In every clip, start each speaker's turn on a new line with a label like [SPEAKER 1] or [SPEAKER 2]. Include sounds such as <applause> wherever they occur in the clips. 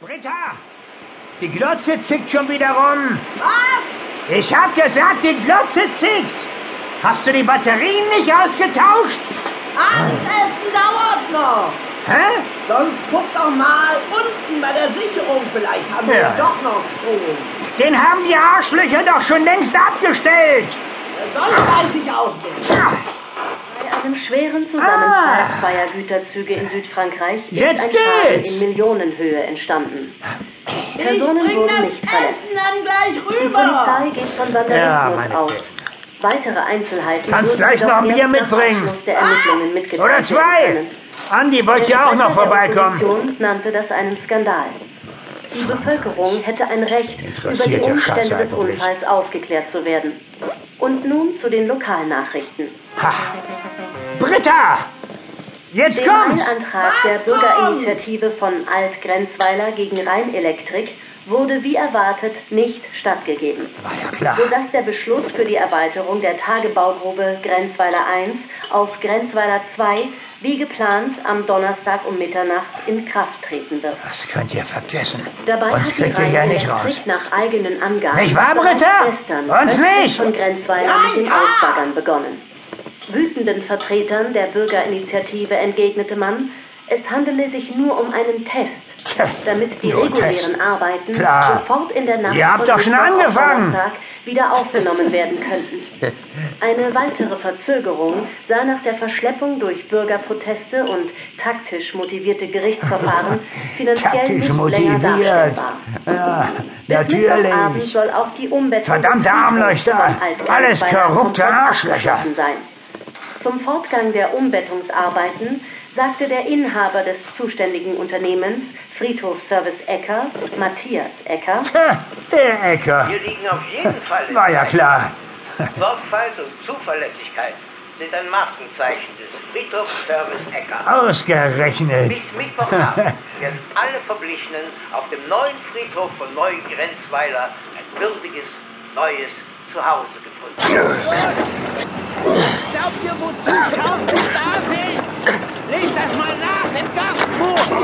[SPEAKER 1] Britta! Die Glotze zickt schon wieder rum. Was? Ich hab gesagt, die Glotze zickt. Hast du die Batterien nicht ausgetauscht?
[SPEAKER 2] Ach, es dauert noch.
[SPEAKER 1] Hä?
[SPEAKER 2] Sonst guck doch mal unten bei der Sicherung. Vielleicht haben wir
[SPEAKER 1] Ja.
[SPEAKER 2] doch noch Strom.
[SPEAKER 1] Den haben die Arschlöcher doch schon längst abgestellt.
[SPEAKER 2] Ja, Sonst weiß ich auch nicht.
[SPEAKER 3] Bei einem schweren Zusammenfall
[SPEAKER 1] Ah.
[SPEAKER 3] zweier Güterzüge in Südfrankreich
[SPEAKER 1] Jetzt
[SPEAKER 3] ist ein Schaden
[SPEAKER 1] geht's.
[SPEAKER 3] in Millionenhöhe entstanden. Personen
[SPEAKER 2] ich bring
[SPEAKER 3] wurden
[SPEAKER 2] das
[SPEAKER 3] nicht verletzt.
[SPEAKER 2] Essen dann gleich
[SPEAKER 3] Die
[SPEAKER 2] rüber.
[SPEAKER 3] Polizei geht von
[SPEAKER 1] Ja,
[SPEAKER 3] Vandalismus
[SPEAKER 1] meine
[SPEAKER 3] aus.
[SPEAKER 1] Güte.
[SPEAKER 3] Weitere Einzelheiten
[SPEAKER 1] Kannst
[SPEAKER 3] würden
[SPEAKER 1] gleich
[SPEAKER 3] doch
[SPEAKER 1] noch ein
[SPEAKER 3] erst
[SPEAKER 1] Bier
[SPEAKER 3] nach
[SPEAKER 1] mitbringen.
[SPEAKER 3] Abschluss Der Ermittlungen mitgeteilt
[SPEAKER 1] Oder zwei.
[SPEAKER 3] werden können.
[SPEAKER 1] Andi
[SPEAKER 3] Der
[SPEAKER 1] wollte ja auch
[SPEAKER 3] Sprecher
[SPEAKER 1] noch
[SPEAKER 3] der
[SPEAKER 1] vorbeikommen.
[SPEAKER 3] Opposition nannte das einen Skandal. Die Bevölkerung hätte ein Recht, über die
[SPEAKER 1] Interessiert der Scheiß
[SPEAKER 3] Umstände des
[SPEAKER 1] eigentlich.
[SPEAKER 3] Unfalls aufgeklärt zu werden. Und nun zu den Lokalnachrichten.
[SPEAKER 1] Ha. Britta! Jetzt
[SPEAKER 3] Den
[SPEAKER 1] kommt's!
[SPEAKER 3] Eilantrag der Bürgerinitiative von Alt-Grenzweiler gegen Rheinelektrik wurde wie erwartet nicht stattgegeben,
[SPEAKER 1] War Ah ja klar.
[SPEAKER 3] sodass der Beschluss für die Erweiterung der Tagebaugruppe Grenzweiler 1 auf Grenzweiler 2 wie geplant am Donnerstag um Mitternacht in Kraft treten wird.
[SPEAKER 1] Das könnt ihr vergessen.
[SPEAKER 3] Dabei
[SPEAKER 1] Uns
[SPEAKER 3] hat die
[SPEAKER 1] kriegt ihr hier nicht
[SPEAKER 3] Rheinelektrik
[SPEAKER 1] raus.
[SPEAKER 3] nach eigenen Angaben
[SPEAKER 1] Nicht wahr,
[SPEAKER 3] bereits
[SPEAKER 1] Britta?
[SPEAKER 3] gestern
[SPEAKER 1] Uns
[SPEAKER 3] östlich
[SPEAKER 1] nicht!
[SPEAKER 3] von Grenzweiler
[SPEAKER 2] Ja,
[SPEAKER 3] mit den
[SPEAKER 2] ja!
[SPEAKER 3] Ausbaggern begonnen. Wütenden Vertretern der Bürgerinitiative entgegnete man, es handele sich nur um einen Test,
[SPEAKER 1] Tja,
[SPEAKER 3] damit die
[SPEAKER 1] nur
[SPEAKER 3] regulären
[SPEAKER 1] Test.
[SPEAKER 3] Arbeiten
[SPEAKER 1] Klar.
[SPEAKER 3] sofort in der Nacht
[SPEAKER 1] Ihr habt
[SPEAKER 3] von
[SPEAKER 1] doch schon
[SPEAKER 3] Mittwoch auf
[SPEAKER 1] angefangen.
[SPEAKER 3] Donnerstag
[SPEAKER 1] <laughs>
[SPEAKER 3] wieder aufgenommen werden könnten. Eine weitere Verzögerung sei nach der Verschleppung durch Bürgerproteste und taktisch
[SPEAKER 1] <laughs>
[SPEAKER 3] motivierte Gerichtsverfahren finanziell
[SPEAKER 1] Taktisch
[SPEAKER 3] nicht länger
[SPEAKER 1] motiviert.
[SPEAKER 3] darstellbar.
[SPEAKER 1] Ja,
[SPEAKER 3] Mittwochabend
[SPEAKER 1] natürlich.
[SPEAKER 3] soll auch die Umbesetzung
[SPEAKER 1] Verdammte
[SPEAKER 3] des Friedhofs
[SPEAKER 1] Armleuchter.
[SPEAKER 3] von Alt-Grenzweiler
[SPEAKER 1] Alles korrupte
[SPEAKER 3] komplett
[SPEAKER 1] Arschlöcher.
[SPEAKER 3] abgeschlossen Sein. Zum Fortgang der Umbettungsarbeiten sagte der Inhaber des zuständigen Unternehmens Friedhofservice Ecker, Matthias Ecker,
[SPEAKER 1] Ha, Der Ecker.
[SPEAKER 4] Hier liegen auf jeden Fall.
[SPEAKER 1] War ja klar.
[SPEAKER 4] Sorgfalt und Zuverlässigkeit sind ein Markenzeichen des Friedhofs Service Ecker.
[SPEAKER 1] Ausgerechnet.
[SPEAKER 4] Bis Mittwochabend werden alle Verblichenen auf dem neuen Friedhof von Neugrenzweiler ein würdiges, neues Zuhause gefunden.
[SPEAKER 5] Glaubt ihr, wozu schaut die Tafel? Lest das mal nach im Gastbuch.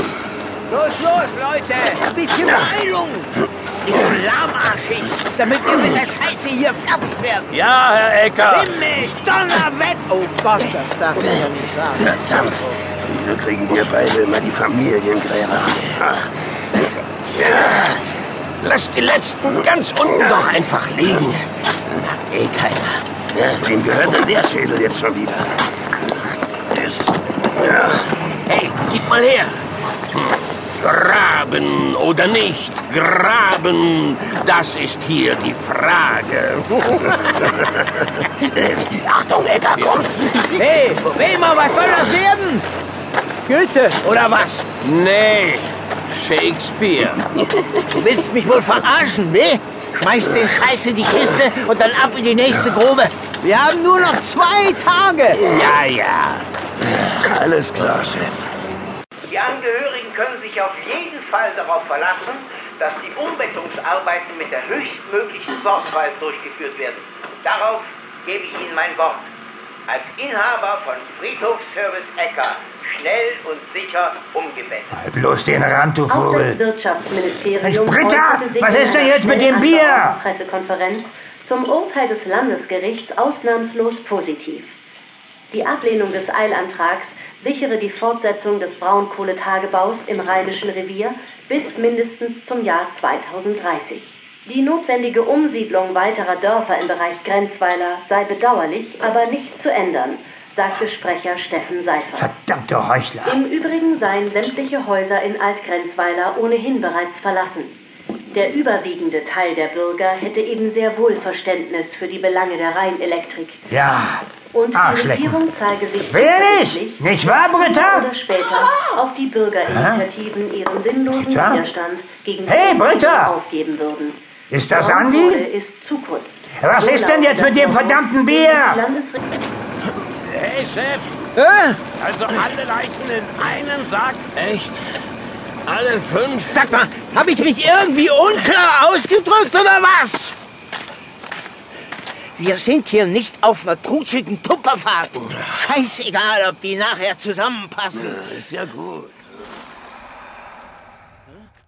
[SPEAKER 5] Los, los, Leute. Ein bisschen Beeilung. Ihr Lahmarschigen, damit wir mit der Scheiße hier fertig werden. Ja, Herr Ecker. Himmel, Donnerwett. Oh Gott, das darf ich ja nicht sagen.
[SPEAKER 6] Verdammt! Wieso kriegen wir beide immer die Familiengräber? Ach. Ja. Lass die letzten ganz unten doch einfach liegen. Merkt eh keiner. Ja, wem gehört denn der Schädel jetzt schon wieder? Das. Ja. Hey, gib mal her. Graben oder nicht graben, das ist hier die Frage. <laughs> Achtung, Ecker kommt!
[SPEAKER 5] Hey, Wilma, was soll das werden? Goethe, oder was?
[SPEAKER 6] Nee, Shakespeare.
[SPEAKER 5] Du willst mich wohl verarschen, ne? Schmeiß den Scheiß in die Kiste und dann ab in die nächste Grube. Wir haben nur noch zwei Tage.
[SPEAKER 6] Ja, ja. Alles klar, Chef.
[SPEAKER 4] Die Angehörigen können sich auf jeden Fall darauf verlassen, dass die Umbettungsarbeiten mit der höchstmöglichen Sorgfalt durchgeführt werden. Darauf gebe ich Ihnen mein Wort. Als Inhaber von Friedhofsservice Ecker schnell und sicher umgebettet.
[SPEAKER 1] <laughs> Halt bloß den Rand, du
[SPEAKER 3] auch das
[SPEAKER 1] Vogel.
[SPEAKER 3] Wirtschaftsministerium
[SPEAKER 1] Mensch, Britta,
[SPEAKER 3] äußerte sich
[SPEAKER 1] was
[SPEAKER 3] in
[SPEAKER 1] ist denn
[SPEAKER 3] einer
[SPEAKER 1] jetzt mit dem
[SPEAKER 3] schnell
[SPEAKER 1] Bier?
[SPEAKER 3] anberaumten Pressekonferenz zum Urteil des Landesgerichts ausnahmslos positiv. Die Ablehnung des Eilantrags sichere die Fortsetzung des Braunkohletagebaus im Rheinischen Revier bis mindestens zum Jahr 2030. Die notwendige Umsiedlung weiterer Dörfer im Bereich Grenzweiler sei bedauerlich, aber nicht zu ändern, sagte Sprecher Steffen Seifert.
[SPEAKER 1] Verdammte Heuchler.
[SPEAKER 3] Im Übrigen seien sämtliche Häuser in Altgrenzweiler ohnehin bereits verlassen. Der überwiegende Teil der Bürger hätte eben sehr wohl Verständnis für die Belange der Rheinelektrik.
[SPEAKER 1] Ja.
[SPEAKER 3] Und die
[SPEAKER 1] Arschlecken.
[SPEAKER 3] Regierung zeige sich
[SPEAKER 1] Ah, Wer nicht?
[SPEAKER 3] verpflichtet,
[SPEAKER 1] Nicht wahr,
[SPEAKER 3] früher
[SPEAKER 1] Britta?
[SPEAKER 3] oder später auf die Bürgerinitiativen ihren sinnlosen
[SPEAKER 1] Britta?
[SPEAKER 3] Widerstand gegen die
[SPEAKER 1] Hey,
[SPEAKER 3] Regierung
[SPEAKER 1] Britta!
[SPEAKER 3] aufgeben würden.
[SPEAKER 1] Ist das
[SPEAKER 3] Braunkohle
[SPEAKER 1] Andi?
[SPEAKER 3] ist Zukunft.
[SPEAKER 1] Was
[SPEAKER 3] So
[SPEAKER 1] ist denn jetzt
[SPEAKER 3] lautet
[SPEAKER 1] mit dem
[SPEAKER 3] das Motto,
[SPEAKER 1] verdammten
[SPEAKER 3] das die
[SPEAKER 1] Bier?
[SPEAKER 3] Landesregierung
[SPEAKER 7] Hey Chef,
[SPEAKER 5] Äh,
[SPEAKER 7] also alle Leichen in einen Sack? Echt? Alle fünf?
[SPEAKER 5] sag mal, habe ich mich irgendwie unklar ausgedrückt oder was? Wir sind hier nicht auf einer trutschigen Tupperfahrt. Scheißegal, ob die nachher zusammenpassen.
[SPEAKER 7] Ist ja gut.